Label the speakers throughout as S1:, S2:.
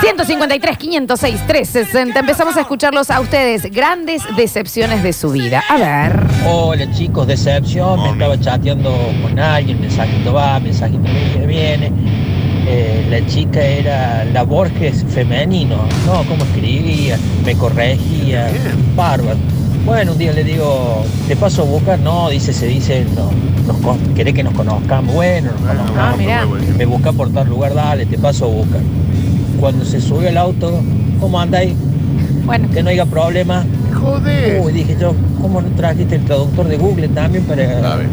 S1: 153, 506, 360. Empezamos a escucharlos a ustedes. Grandes decepciones de su vida. A ver.
S2: Hola chicos, decepción, me
S3: Mami.
S2: estaba chateando con alguien, mensajito va, mensajito viene, viene. Eh, la chica era la Borges femenino, no, cómo escribía, me corregía,
S3: Bien.
S2: bárbaro. Bueno, un día le digo, ¿te paso a buscar? No, dice, se dice, no, nos, con- ¿querés que nos conozcamos? Bueno, nos
S3: Bueno,
S2: conozcamos.
S1: Ah, mirá.
S2: Me busca por tal lugar, dale, te paso a buscar. Cuando se subió al auto, ¿cómo andáis?
S1: Bueno,
S2: Que no haya problema.
S3: Joder.
S2: Uy, dije yo, ¿cómo no trajiste el traductor de Google también
S3: A
S2: para,
S3: ver.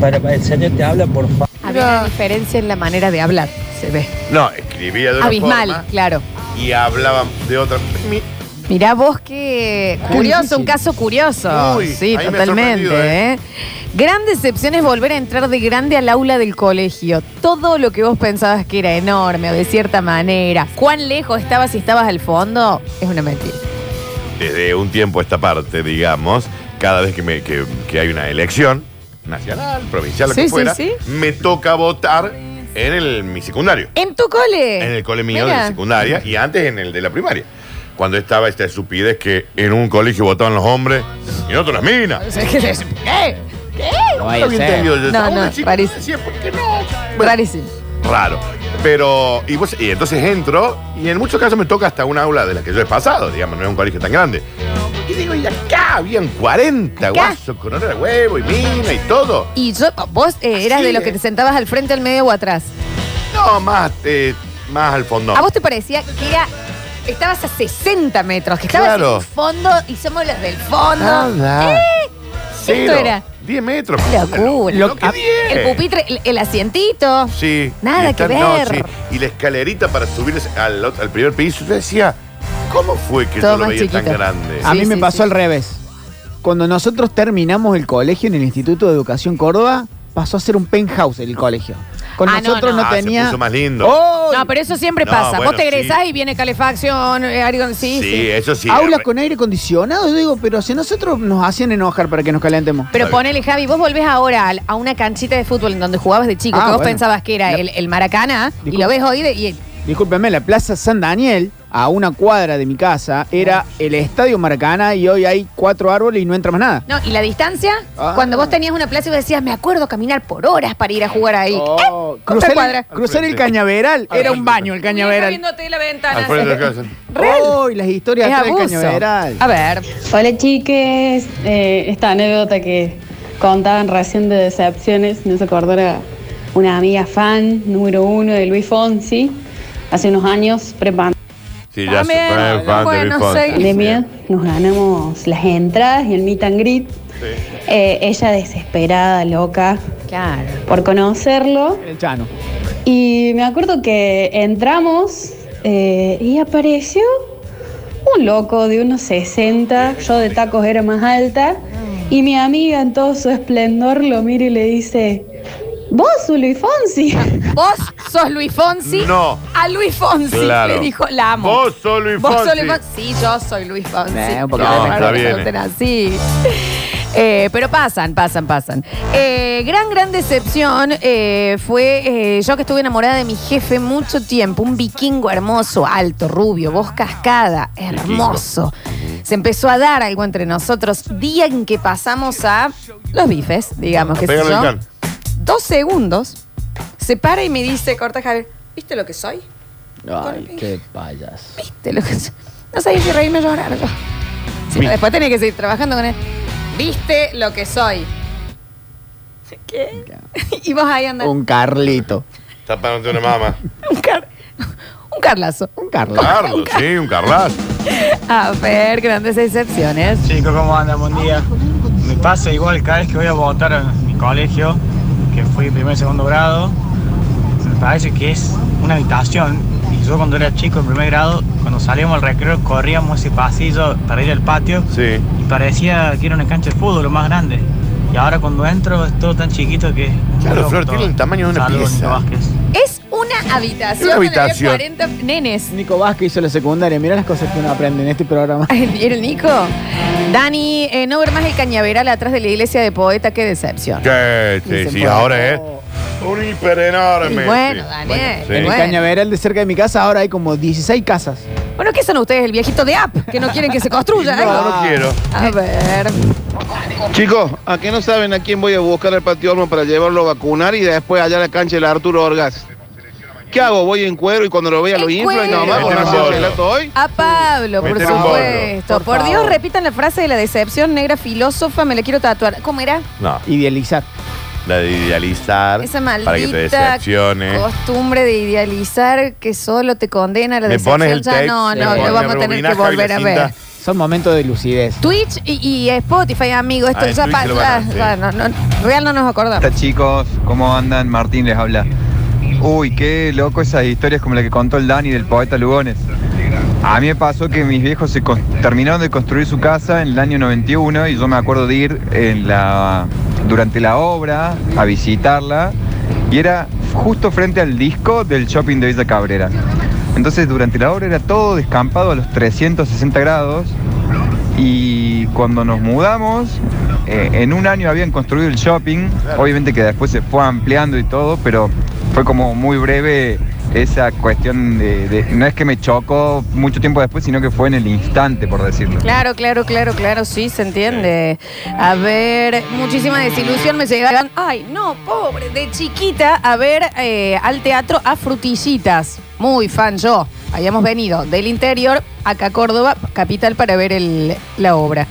S2: para, para el señor te habla, por favor?
S1: había una diferencia en la manera de hablar. Se ve.
S3: No, escribía de una
S1: Abismal,
S3: forma
S1: claro.
S3: y hablaban de otra. Mi-
S1: Mirá vos qué curioso, un caso curioso.
S3: Uy,
S1: sí,
S3: ahí me ha sorprendido,
S1: totalmente. ¿eh? Gran decepción es volver a entrar de grande al aula del colegio. Todo lo que vos pensabas que era enorme o de cierta manera, cuán lejos estabas si estabas al fondo, es una mentira.
S3: Desde un tiempo a esta parte, digamos, cada vez que, me- que- que hay una elección, nacional, provincial, lo
S1: Sí,
S3: que
S1: sí,
S3: fuera,
S1: sí.
S3: me toca votar en el, mi secundario.
S1: En tu cole.
S3: En el cole mío de
S1: Mira.
S3: la secundaria y antes en el de la primaria. Cuando estaba esta estupidez que en un colegio votaban los hombres y en otro las minas.
S1: ¿Qué? ¿Qué?
S4: No vaya
S3: Nunca
S4: a
S3: había
S4: ser.
S3: entendido yo eso.
S1: No,
S3: Una
S1: no,
S3: chica
S1: rarísimo.
S3: decía, ¿por qué no? Bueno,
S1: Rarísimo.
S3: Raro. Pero, y, vos- y entonces entro, y en muchos casos me toca hasta un aula de la que yo he pasado, digamos, no es un colegio tan grande. Y digo, y acá habían 40
S1: Acá.
S3: guasos con hora de huevo y mina y todo.
S1: Y yo, vos eh, eras
S3: Así
S1: de los
S3: es.
S1: que te sentabas al frente, al medio o atrás.
S3: No, más, eh, más al fondo.
S1: ¿A vos te parecía que era, estabas a 60 metros, que estabas
S3: Claro.
S1: en el fondo y somos los del fondo?
S3: Nada.
S1: Eh,
S3: Cero.
S1: era?
S3: 10 metros.
S1: Locura.
S3: Lo, que
S1: Ah,
S3: 10.
S1: El pupitre, el, el asientito.
S3: Sí.
S1: Nada
S3: Y estar-
S1: que
S3: no,
S1: ver.
S3: sí. Y la escalerita para subir al, otro- al primer piso. Yo decía, ¿cómo fue que
S1: Todo
S3: yo lo
S1: más
S3: veía tan
S1: chiquito. Ah,
S3: grande?
S4: A
S1: Sí,
S4: mí me
S1: sí,
S4: pasó
S1: sí.
S4: al revés. Cuando nosotros terminamos el colegio en el Instituto de Educación Córdoba, pasó a ser un penthouse el colegio. Con
S1: Ah, no,
S4: nosotros no,
S1: no.
S3: Ah, se
S4: tenía.
S3: puso más lindo.
S4: ¡Oh!
S1: No, pero eso siempre
S3: No,
S1: pasa. vos
S3: bueno,
S1: te egresás
S3: sí.
S1: y viene calefacción, eh, aire con- sí,
S3: sí,
S1: sí.
S3: eso sí.
S4: Aulas
S3: Re-
S4: con aire acondicionado, yo digo, pero si nosotros nos hacían enojar para que nos calentemos.
S1: Pero
S3: Está bien.
S1: ponele, Javi, vos volvés ahora al- a una canchita de fútbol en donde jugabas de chico,
S4: Ah,
S1: que vos
S4: bueno.
S1: pensabas que era
S4: La-
S1: el, el Maracana, y
S4: Disculpa.
S1: lo ves hoy de- y
S4: Discúlpeme, la Plaza San Daniel, a una cuadra de mi casa, era el Estadio Maracana y hoy hay cuatro árboles y no entra más nada.
S1: No, y la distancia,
S4: Ah.
S1: cuando vos tenías una plaza y vos decías, me acuerdo caminar por horas para ir a jugar ahí.
S4: Oh,
S1: ¿Eh? Cuadra
S4: cruzar,
S1: cuadra.
S4: el, cruzar el cañaveral,
S3: Al
S4: era un
S3: frente.
S4: baño el cañaveral.
S1: la
S3: Al
S1: ventana.
S3: frente de la casa.
S4: ¡Oh! y las historias
S1: Es
S4: atrás del
S1: abuso.
S4: cañaveral.
S1: A ver,
S5: Hola chiques, Eh, esta anécdota que contaban recién de decepciones, no se acordara una amiga fan número uno de Luis Fonsi, hace unos años, preparando
S3: Sí, ya
S1: También,
S3: se fue, fan de
S1: bueno,
S3: Big Fun.
S1: sí.
S5: pandemia, nos ganamos las entradas y el meet and greet.
S3: Sí.
S5: Eh, ella desesperada, loca
S1: claro.
S5: por conocerlo,
S4: El Chano.
S5: Y me acuerdo que entramos eh, y apareció un loco de unos 60, yo de tacos era más alta, y mi amiga en todo su esplendor lo mira y le dice, vos, Zuli Fonsi.
S1: Vos sos Luis Fonsi.
S3: No.
S1: A Luis Fonsi
S3: Claro.
S1: le dijo, la amo.
S3: Vos sos Luis
S1: Vos sos
S3: Fonsi.
S1: Luis Fonsi. Sí, yo soy Luis Fonsi.
S4: Eh, un
S3: poquito
S1: Claro,
S3: de mejor.
S1: ahora
S3: Ya
S1: lo
S3: viene.
S1: tenés así. Eh, pero pasan, pasan, pasan. Eh, gran, gran decepción eh, fue eh, yo que estuve enamorada de mi jefe mucho tiempo, un vikingo hermoso, alto, rubio, voz cascada, hermoso. Se empezó a dar algo entre nosotros, día en que pasamos a los bifes, digamos, que sé
S3: Pégale el
S1: yo.
S3: can.
S1: Dos segundos, se para y me dice, corta Javier, ¿viste lo que soy?
S4: Ay, qué payas.
S1: ¿Viste lo que soy? No sabía si reírme o llorar. yo. Si no, después tenés que seguir trabajando con él. ¿Viste lo que soy? ¿Qué? Y vos ahí andás. Un,
S4: Un Carlito.
S3: Está pagando una mama.
S1: car- un carlazo.
S4: Un Carlito.
S3: Carlos, sí, un carlazo.
S1: A ver, grandes excepciones.
S6: Chicos, ¿cómo andan? Buen día. Me pasa igual cada vez que voy a votar en mi colegio, que fui primero y segundo grado, me parece que es una habitación. Y yo cuando era chico en primer grado, cuando salíamos al recreo, corríamos ese pasillo para ir al patio
S3: Sí.
S6: y parecía que era una cancha de fútbol lo más grande. Y ahora cuando entro es todo tan chiquito que...
S3: Claro,
S6: loco
S3: Flor,
S6: todo.
S3: tiene el tamaño de una
S6: Saludos,
S3: pieza.
S6: Nico Vázquez.
S1: Es una habitación.
S3: Una
S1: donde había
S3: habitación.
S1: 40 nenes.
S4: Nico Vázquez hizo la secundaria. Mira las cosas que uno aprende en este programa.
S1: ¿Vieron, Nico? Dani, eh, no ver más el cañaveral atrás de la iglesia de poeta, qué decepción.
S3: Sí, sí,
S1: Dicen
S3: sí,
S1: por
S3: ahora es. Un hiper enorme.
S1: Y bueno,
S3: sí.
S1: Daniel,
S3: Sí.
S4: En
S1: bueno.
S4: Cañaveral de cerca de mi casa ahora hay como 16 casas.
S1: Bueno, ¿qué son ustedes? El viejito de app, que no quieren que se construya.
S3: No,
S1: algo?
S3: no quiero.
S1: A ver.
S7: Chicos, ¿a qué no saben a quién voy a buscar al patiolmo para llevarlo a vacunar y después allá a la cancha del Arturo Orgas? ¿Qué hago? ¿Voy en cuero y cuando lo vea
S1: En
S7: lo inflo y
S1: cuero.
S7: nomás? ¿Vos
S3: Meter
S7: no
S3: un
S7: hacés
S3: bolo.
S7: relato hoy?
S1: A Pablo, por
S3: Meter un
S1: supuesto.
S4: bolo.
S1: Por,
S4: Por
S1: Dios,
S4: favor.
S1: repitan la frase de la decepción negra filósofa, me la quiero tatuar. ¿Cómo era?
S3: No,
S4: Idealizar.
S3: la de idealizar.
S1: Esa
S3: Para que te
S1: maldita
S3: decepcione.
S1: costumbre de idealizar que solo te condena la
S3: Me
S1: decepción.
S3: pones el
S1: ya
S3: tape,
S1: no,
S3: me
S1: no,
S3: pones
S1: lo vamos a
S3: el
S1: tener que
S3: rubinajo y la
S1: volver a
S3: cinta.
S1: ver.
S4: Son momentos de lucidez.
S1: Twitch y, y Spotify, amigo, esto
S3: Ah, en
S1: ya
S3: Twitch lo
S1: pasa.
S3: van a- sí.
S1: ya, no, no, real no nos acordamos.
S8: Hola chicos, ¿cómo andan? Martín les habla. Uy, qué loco esas historias como la que contó el Dani del poeta Lugones. A mí me pasó que mis viejos se con- terminaron de construir su casa en el año 91 y yo me acuerdo de ir en la, durante la obra a visitarla y era justo frente al disco del shopping de Villa Cabrera. Entonces durante la obra era todo descampado a los 360 grados y cuando nos mudamos, eh, en un año habían construido el shopping, obviamente que después se fue ampliando y todo, pero fue como muy breve esa cuestión de, de- no es que me chocó mucho tiempo después, sino que fue en el instante, por decirlo.
S1: Claro, claro, claro, claro, sí, se entiende. A ver, muchísima desilusión me llegaban. Ay, no, pobre, de chiquita, a ver eh, al teatro a frutillitas. Muy fan yo. Habíamos venido del interior acá a Córdoba, capital, para ver el- la obra.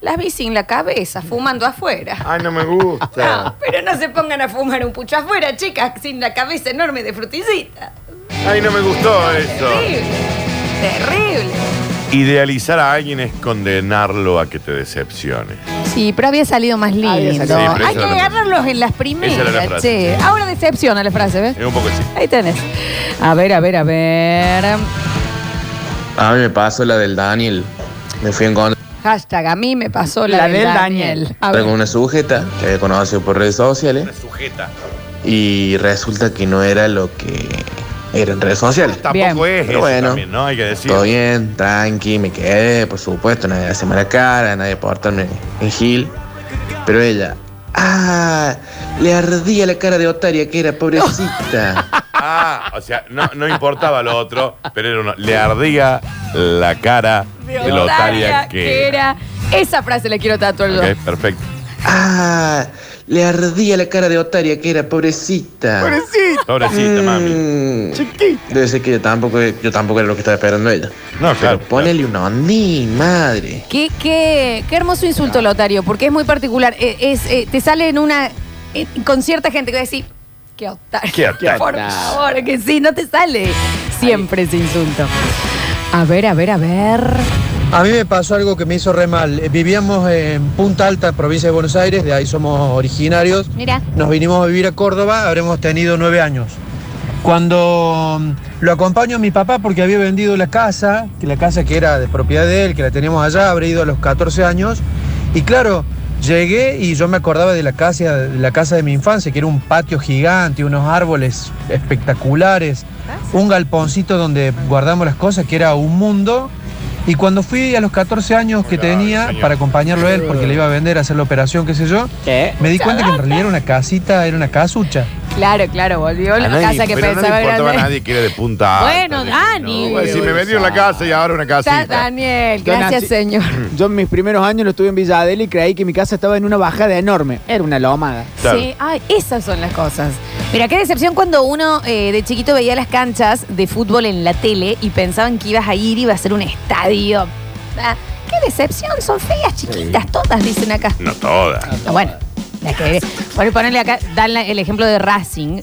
S1: Las vi sin la cabeza, fumando afuera.
S3: Ay, no me
S1: No,
S3: gusta.
S1: pero no se pongan a fumar un pucho afuera, chicas, sin la cabeza enorme de frutillitas. Ah.
S3: Ay, no me gustó eso.
S1: Terrible. Terrible.
S3: Idealizar a alguien es condenarlo a que te decepcione.
S1: Sí, pero había salido más lindo.
S4: Había salido.
S3: Sí, pero
S1: Hay
S3: esa
S1: que
S3: era la
S1: agarrarlos en las
S3: Esa era la
S1: primeras,
S3: frase.
S1: che. Ahora decepciona la frase, ¿ves?
S3: Es un poco así.
S1: Ahí tenés. A ver, a ver, a ver.
S9: A mí me pasó la del Daniel. Me fui a encontrar
S1: Hashtag, a mí me pasó la,
S4: La
S1: del
S4: del
S1: Daniel.
S4: Daniel.
S1: A ver.
S9: con una sujeta que había conocido por redes sociales
S3: Sujeta.
S9: y resulta que no era lo que era en redes sociales.
S3: Tampoco es
S9: Pero
S3: eso
S9: bueno.
S3: también, ¿no? Hay que decir.
S9: Todo bien, tranqui, me quedé, por supuesto, nadie hace mala cara, nadie puede portarme en Gil. Pero ella, ¡ah! Le ardía la cara de Otaria que era pobrecita.
S3: Ah, o sea, no, no importaba lo otro, pero era uno. Le ardía la cara de,
S1: De
S3: lo
S1: Otaria,
S3: otaria
S1: que
S3: que era.
S1: era. Esa frase la quiero tatuar yo.
S3: Ok, perfecto.
S9: ¡ah! Le ardía la cara de Otaria que era pobrecita.
S3: Pobrecita, mami.
S9: Mm, Debe ser que yo tampoco, yo tampoco era lo que estaba esperando ella.
S3: No, claro.
S9: Pero ponele un ondí, madre.
S1: Qué, qué, qué hermoso insulto, Lotario, porque es muy particular. Eh, es, eh, te sale en una. eh, con cierta gente que va a decir. Qué otario.
S3: Qué otario.
S1: Por favor, que sí, no te sale. Siempre ese insulto. A ver, a ver, a ver.
S6: A mí me pasó algo que me hizo re mal. Eh, Vivíamos en Punta Alta, provincia de Buenos Aires, de ahí somos originarios.
S1: Mira.
S6: Nos vinimos a vivir a Córdoba, habremos tenido nueve años. Cuando mm, lo acompaño a mi papá porque había vendido la casa, que la casa que era de propiedad de él, que la teníamos allá, habré ido a los 14 años. Y claro, llegué y yo me acordaba de la casa, de la casa de mi infancia, que era un patio gigante, unos árboles espectaculares, un galponcito donde guardamos las cosas, que era un mundo. Y cuando fui a los 14 años que
S3: Hola,
S6: tenía
S3: señor.
S6: para acompañarlo a él, porque le iba a vender, a hacer la operación, qué sé yo,
S4: ¿Qué?
S6: me di cuenta que en realidad era una casita, era una casucha.
S1: Claro, claro, volvió
S3: A
S1: la
S3: nadie-
S1: casa que
S3: pero
S1: pensaba
S3: Ah, no le importaba
S1: grande.
S3: a nadie que era de punta. alta,
S1: Bueno,
S3: de-
S1: Dani.
S3: No, si me vendieron la casa y ahora una
S1: Está
S3: casita.
S1: Daniel,
S4: Yo
S1: gracias
S4: nací-
S1: señor.
S3: Mm,
S4: Yo en mis primeros años lo estuve en Villa Adela y creí que mi casa estaba en una bajada enorme. Era una lomada.
S3: Claro.
S1: Sí, ay, esas son las cosas. Mira, qué decepción cuando uno eh, de chiquito veía las canchas de fútbol en la tele y pensaban que ibas a ir y iba a ser un estadio. Ah, qué decepción, son feas chiquitas, todas dicen acá.
S3: No todas.
S1: Ah, bueno, la que, bueno, ponerle acá, dan la- el ejemplo de Racing,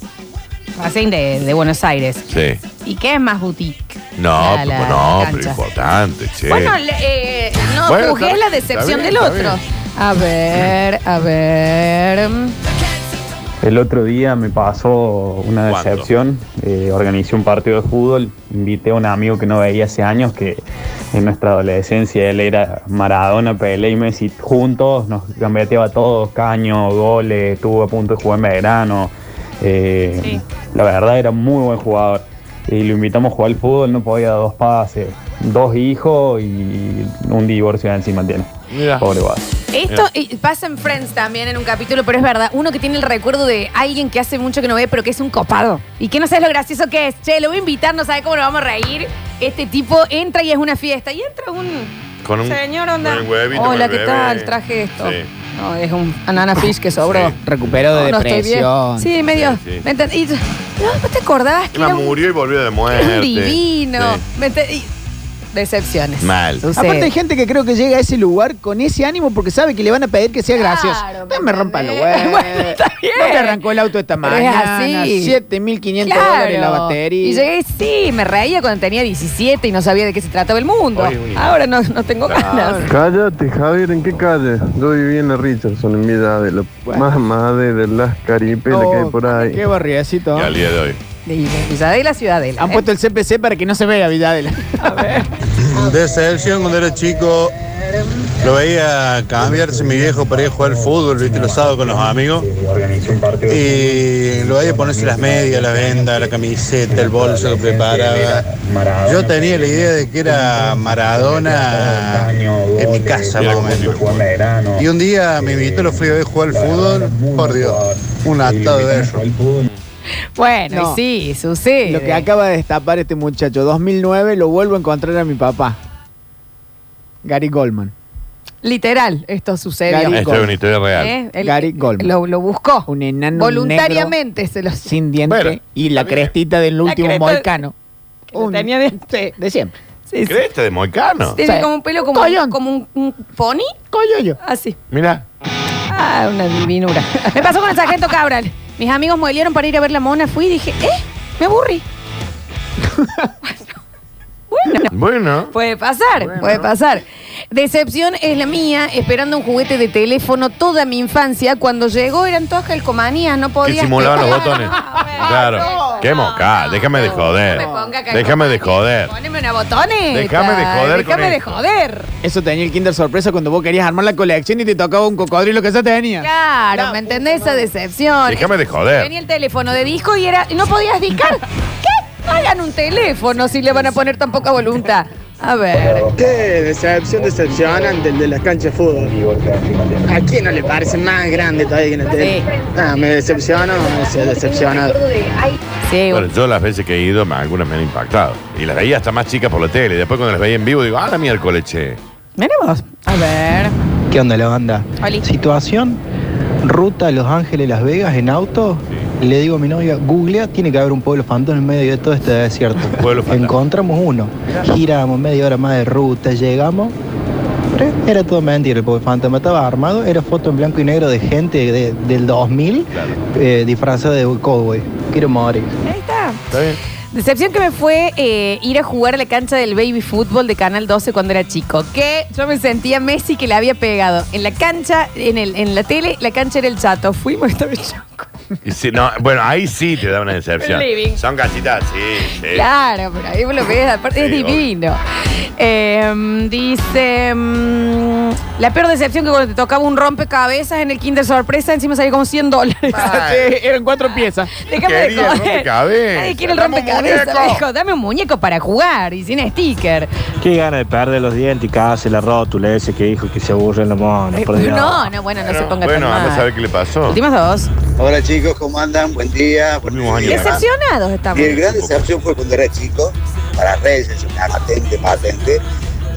S1: Racing de, de Buenos Aires.
S3: Sí.
S1: ¿Y qué es más boutique? Ah,
S3: No,
S1: La- la
S3: pero, no pero
S1: cancha.
S3: importante, che.
S1: Bueno, le- eh, no
S3: Bueno,
S1: juzgues
S3: está-
S1: la decepción
S3: está bien,
S1: del
S3: está
S1: otro. A ver, a ver.
S10: El otro día me pasó una
S3: ¿Cuándo?
S10: decepción. Eh, organicé un partido de fútbol, invité a un amigo que no veía hace años, que en nuestra adolescencia él era Maradona, Pelé y Messi juntos, nos gambeteaba todos, caño, goles, estuvo a punto de jugar en verano. Eh,
S1: Sí.
S10: La verdad era muy buen jugador. Y lo invitamos a jugar al fútbol, no podía dar dos pases, dos hijos y un divorcio encima tiene.
S3: Mira.
S10: Pobre guaso.
S1: Esto y pasa en Friends también en un capítulo, pero es verdad. Uno que tiene el recuerdo de alguien que hace mucho que no ve, pero que es un copado. Y que no sabes lo gracioso que es. Che, lo voy a invitar, no sabe cómo nos vamos a reír. Este tipo entra y es una fiesta. Y entra un.
S3: Con un,
S1: Señor, onda.
S3: con un huevito,
S1: Hola,
S3: con el
S1: ¿qué
S3: bebé.
S1: tal? Traje esto.
S3: Sí.
S1: No, es un anana fish que sobró.
S4: Recuperó de
S1: No, no estoy bien.
S4: depresión.
S1: Sí, medio.
S3: Sí, sí.
S1: ¿me entendés? Y- no, ¿vos te acordabas que
S3: Encima
S1: era un,
S3: murió y volvió de muerte.
S1: un divino?
S3: Sí.
S1: ¿Me entendés? Y- Decepciones.
S3: Mal.
S1: Sucede.
S4: Aparte hay gente que creo que llega a ese lugar con ese ánimo porque sabe que le van a pedir que sea
S1: Claro,
S4: gracioso. No me
S1: ¿entendés?
S4: rompa los huevos.
S1: Bueno, está bien.
S4: No te arrancó el auto esta
S1: Pero es
S4: mañana.
S1: así.
S4: 7.500
S1: Claro.
S4: dólares la batería.
S1: Y llegué, sí, me reía cuando tenía 17 y no sabía de qué se trataba el mundo.
S3: Oye, oye.
S1: Ahora no, no tengo ganas.
S9: Cállate, Javier, ¿en qué calle? Yo viví en la Richardson, en vida de la más madre de las caripelas que hay
S4: Oh,
S9: por ahí.
S4: Qué barriecito. ¿eh?
S3: Y al día de hoy.
S1: De Villadela, Ciudadela.
S4: Han
S1: ¿eh?
S4: puesto el CPC para que no se vea Vidadela.
S9: Decepción cuando era chico. Lo veía cambiarse mi viejo para ir a jugar al fútbol, viste, los sábados con los amigos. Y lo veía ponerse las medias, la venda, la camiseta, el bolso que preparaba. Yo tenía la idea de que era Maradona en mi casa, más o menos. Y un día me invitó, lo fui a ver jugar al fútbol. Por Dios, un atado de berro.
S1: Bueno,
S4: No.
S1: y sí, sucede.
S4: Lo que acaba de destapar este muchacho, 2009, lo vuelvo a encontrar a mi papá. Gary Goldman.
S1: Literal, esto sucedió.
S4: Gary-
S3: Esto Este es una historia real.
S1: ¿Eh?
S4: Gary Goldman.
S1: Lo, lo buscó.
S4: Un enano
S1: Voluntariamente se los
S4: Sin diente
S3: Bueno,
S4: y la crestita del último
S1: cresta-
S4: moicano.
S1: que lo tenía de,
S4: de siempre.
S1: sí, sí.
S3: ¿Cresta este de Moicano?
S1: Tiene
S4: Sí.
S1: como un pelo como,
S4: Collón.
S1: como un, un pony.
S4: Coyoyo.
S1: Así.
S3: Mira.
S1: Ah, una divinura. Me pasó con el sargento Cabral. Mis amigos muelearon para ir a ver la mona. Fui y dije, ¿eh? Me aburrí.
S3: Bueno.
S1: Puede pasar, puede pasar. Decepción es la mía, esperando un juguete de teléfono toda mi infancia. Cuando llegó eran todas calcomanías, no
S3: Que
S1: podía.
S3: simulaban los botones. Claro. Qué moca, déjame de joder. Déjame de joder.
S1: Poneme una botoneta.
S3: Déjame de joder con
S1: Déjame de
S3: esto.
S1: joder.
S4: Eso tenía el Kinder Sorpresa cuando vos querías armar la colección y te tocaba un cocodrilo que ya tenía.
S1: Claro, ¿me entendés? Esa decepción.
S3: Déjame de joder.
S1: Tenía el teléfono de disco y era y no podías discar. ¿Qué? No hagan un teléfono si le van a poner tan poca voluntad. A ver.
S6: Qué decepción decepcionante el de las canchas de fútbol. ¿A quién no le parece más grande todavía que no
S1: Sí.
S6: Ah, me decepcionó, me se decepcionado.
S1: Sí,
S3: Bueno, yo las veces que he ido, me- algunas me han impactado. Y las veía hasta más chicas por la tele. Y después cuando las veía en vivo, digo, ah, la miércoles, che.
S1: mira vos. A ver.
S6: ¿Qué onda la banda?
S1: Oli.
S6: Situación, ruta Los Ángeles, Las Vegas en auto. Le digo a mi novia, googlea, tiene que haber un pueblo fantasma en medio de todo este desierto.
S3: Pueblo fantasma.
S6: Encontramos uno. Giramos media hora más de ruta, llegamos. Pero Era todo mentira, el pueblo fantasma estaba armado, era foto en blanco y negro de gente de- del 2000 eh, disfrazada de cowboy. Quiero morir.
S1: Ahí está.
S3: ¿Está bien?
S1: Decepción que me fue eh, ir a jugar a la cancha del baby fútbol de Canal 12 cuando era chico. Que yo me sentía Messi que la había pegado. En la cancha, en, el, en la tele, la cancha era el chato. Fuimos esta vez chaco.
S3: Y si- no, bueno, ahí sí te da una decepción.
S1: El living.
S3: Son cachitas, sí, sí.
S1: Claro, pero ahí vos lo ves, aparte es
S3: Eh. Sí, obvio.
S1: divino. Eh, dice, mm, la peor decepción que cuando te tocaba un rompecabezas en el Kinder Sorpresa, encima salía como 100 dólares.
S3: Ah,
S4: Sí, eran cuatro piezas.
S1: Déjame de
S3: Quería el
S1: joder.
S3: rompecabezas.
S1: Nadie quiere el
S3: Dame un
S1: rompecabezas,
S3: muñeco.
S1: viejo. Dame un muñeco para jugar y sin sticker.
S10: Qué gana de perder los dientes y cagarse la rótula ese que dijo que se aburre en la mano, por Dios.
S1: Eh, No, no, bueno, no se ponga
S3: bueno,
S1: tan
S3: vamos a ver
S1: mal.
S3: qué le pasó.
S1: Últimas dos.
S9: Hola chicos, ¿cómo andan? Buen día. Buen
S3: Últimos años.
S1: Decepcionados estamos.
S9: Mi gran decepción fue cuando era chico, para Reyes, una patente, patente,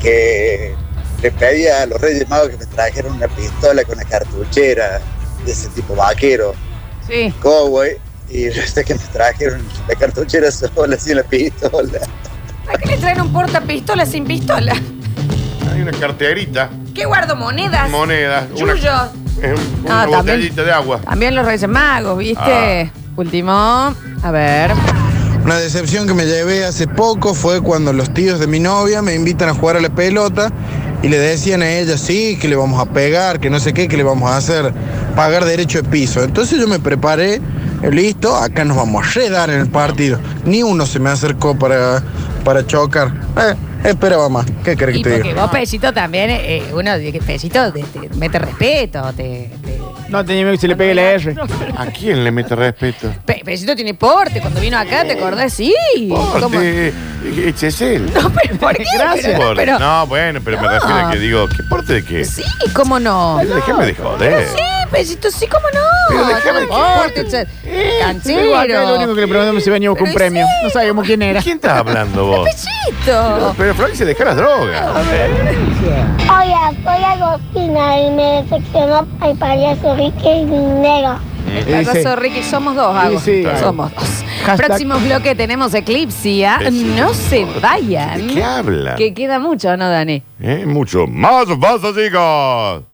S9: que le pedía a los Reyes Magos que me trajeran una pistola con una cartuchera de ese tipo vaquero,
S1: Sí.
S9: cowboy, y resulta que me trajeron la cartuchera sola, sin la pistola.
S1: ¿Para qué le traen un portapistola sin pistola?
S3: Hay una carterita,
S1: ¿Qué guardo monedas?
S3: monedas, una,
S1: Chullos.
S3: un-
S1: Ah,
S3: una
S1: también.
S3: botellita de agua.
S1: También los Reyes Magos,
S3: Ah.
S1: ¿viste? Último. A ver.
S9: Una decepción que me llevé hace poco fue cuando los tíos de mi novia me invitan a jugar a la pelota y le decían a ella, sí, que le vamos a pegar, que no sé qué, que le vamos a hacer pagar derecho de piso. Entonces yo me preparé, eh, listo, acá nos vamos a redar en el partido. Ni uno se me acercó para, para chocar. Eh, esperaba más, ¿qué querés
S1: Y
S9: que te
S1: porque
S9: diga?
S1: vos, Pellito, también, eh, uno dice que Pellito te, te mete respeto, te, te-
S4: No tenía miedo que se le pegue la R.
S3: ¿A quién le mete respeto?
S1: Pe- Pellito tiene porte. Cuando vino acá, ¿te acordás? Sí. ¿Cómo?
S3: Porte, échese él.
S1: No, pero ¿por qué?
S3: Gracias.
S1: Pero-
S3: Porte.
S1: pero- Ah.
S3: no, bueno, pero me
S1: No.
S3: refiero a que digo, ¿qué porte de qué?
S1: Sí, cómo no.
S3: Pero déjame de joder.
S1: Pero
S4: Eh.
S1: sí, Pellito, sí, cómo no.
S3: Pero déjame de
S1: Todo porte, che-
S4: Llegó acá, lo único
S1: Canchero.
S4: que le preguntamos si venía a buscar un
S1: Pero
S4: premio. No sabíamos quién era.
S3: ¿Quién estás hablando vos?
S1: Pellito.
S3: Pero Florencia, se deja las drogas.
S11: Hola, soy Agostina y me decepcionó el payaso Ricky Negro.
S1: El payaso Ricky, somos dos, Agus.
S4: Sí, sí.
S1: Somos dos.
S4: Hashtag-
S1: Próximo bloque tenemos Eclipsia.
S3: Sí.
S1: Ah, No se vayan.
S3: ¿De qué hablan?
S1: Que queda mucho, ¿no, Dani?
S3: Eh, Mucho más, basta, chicos.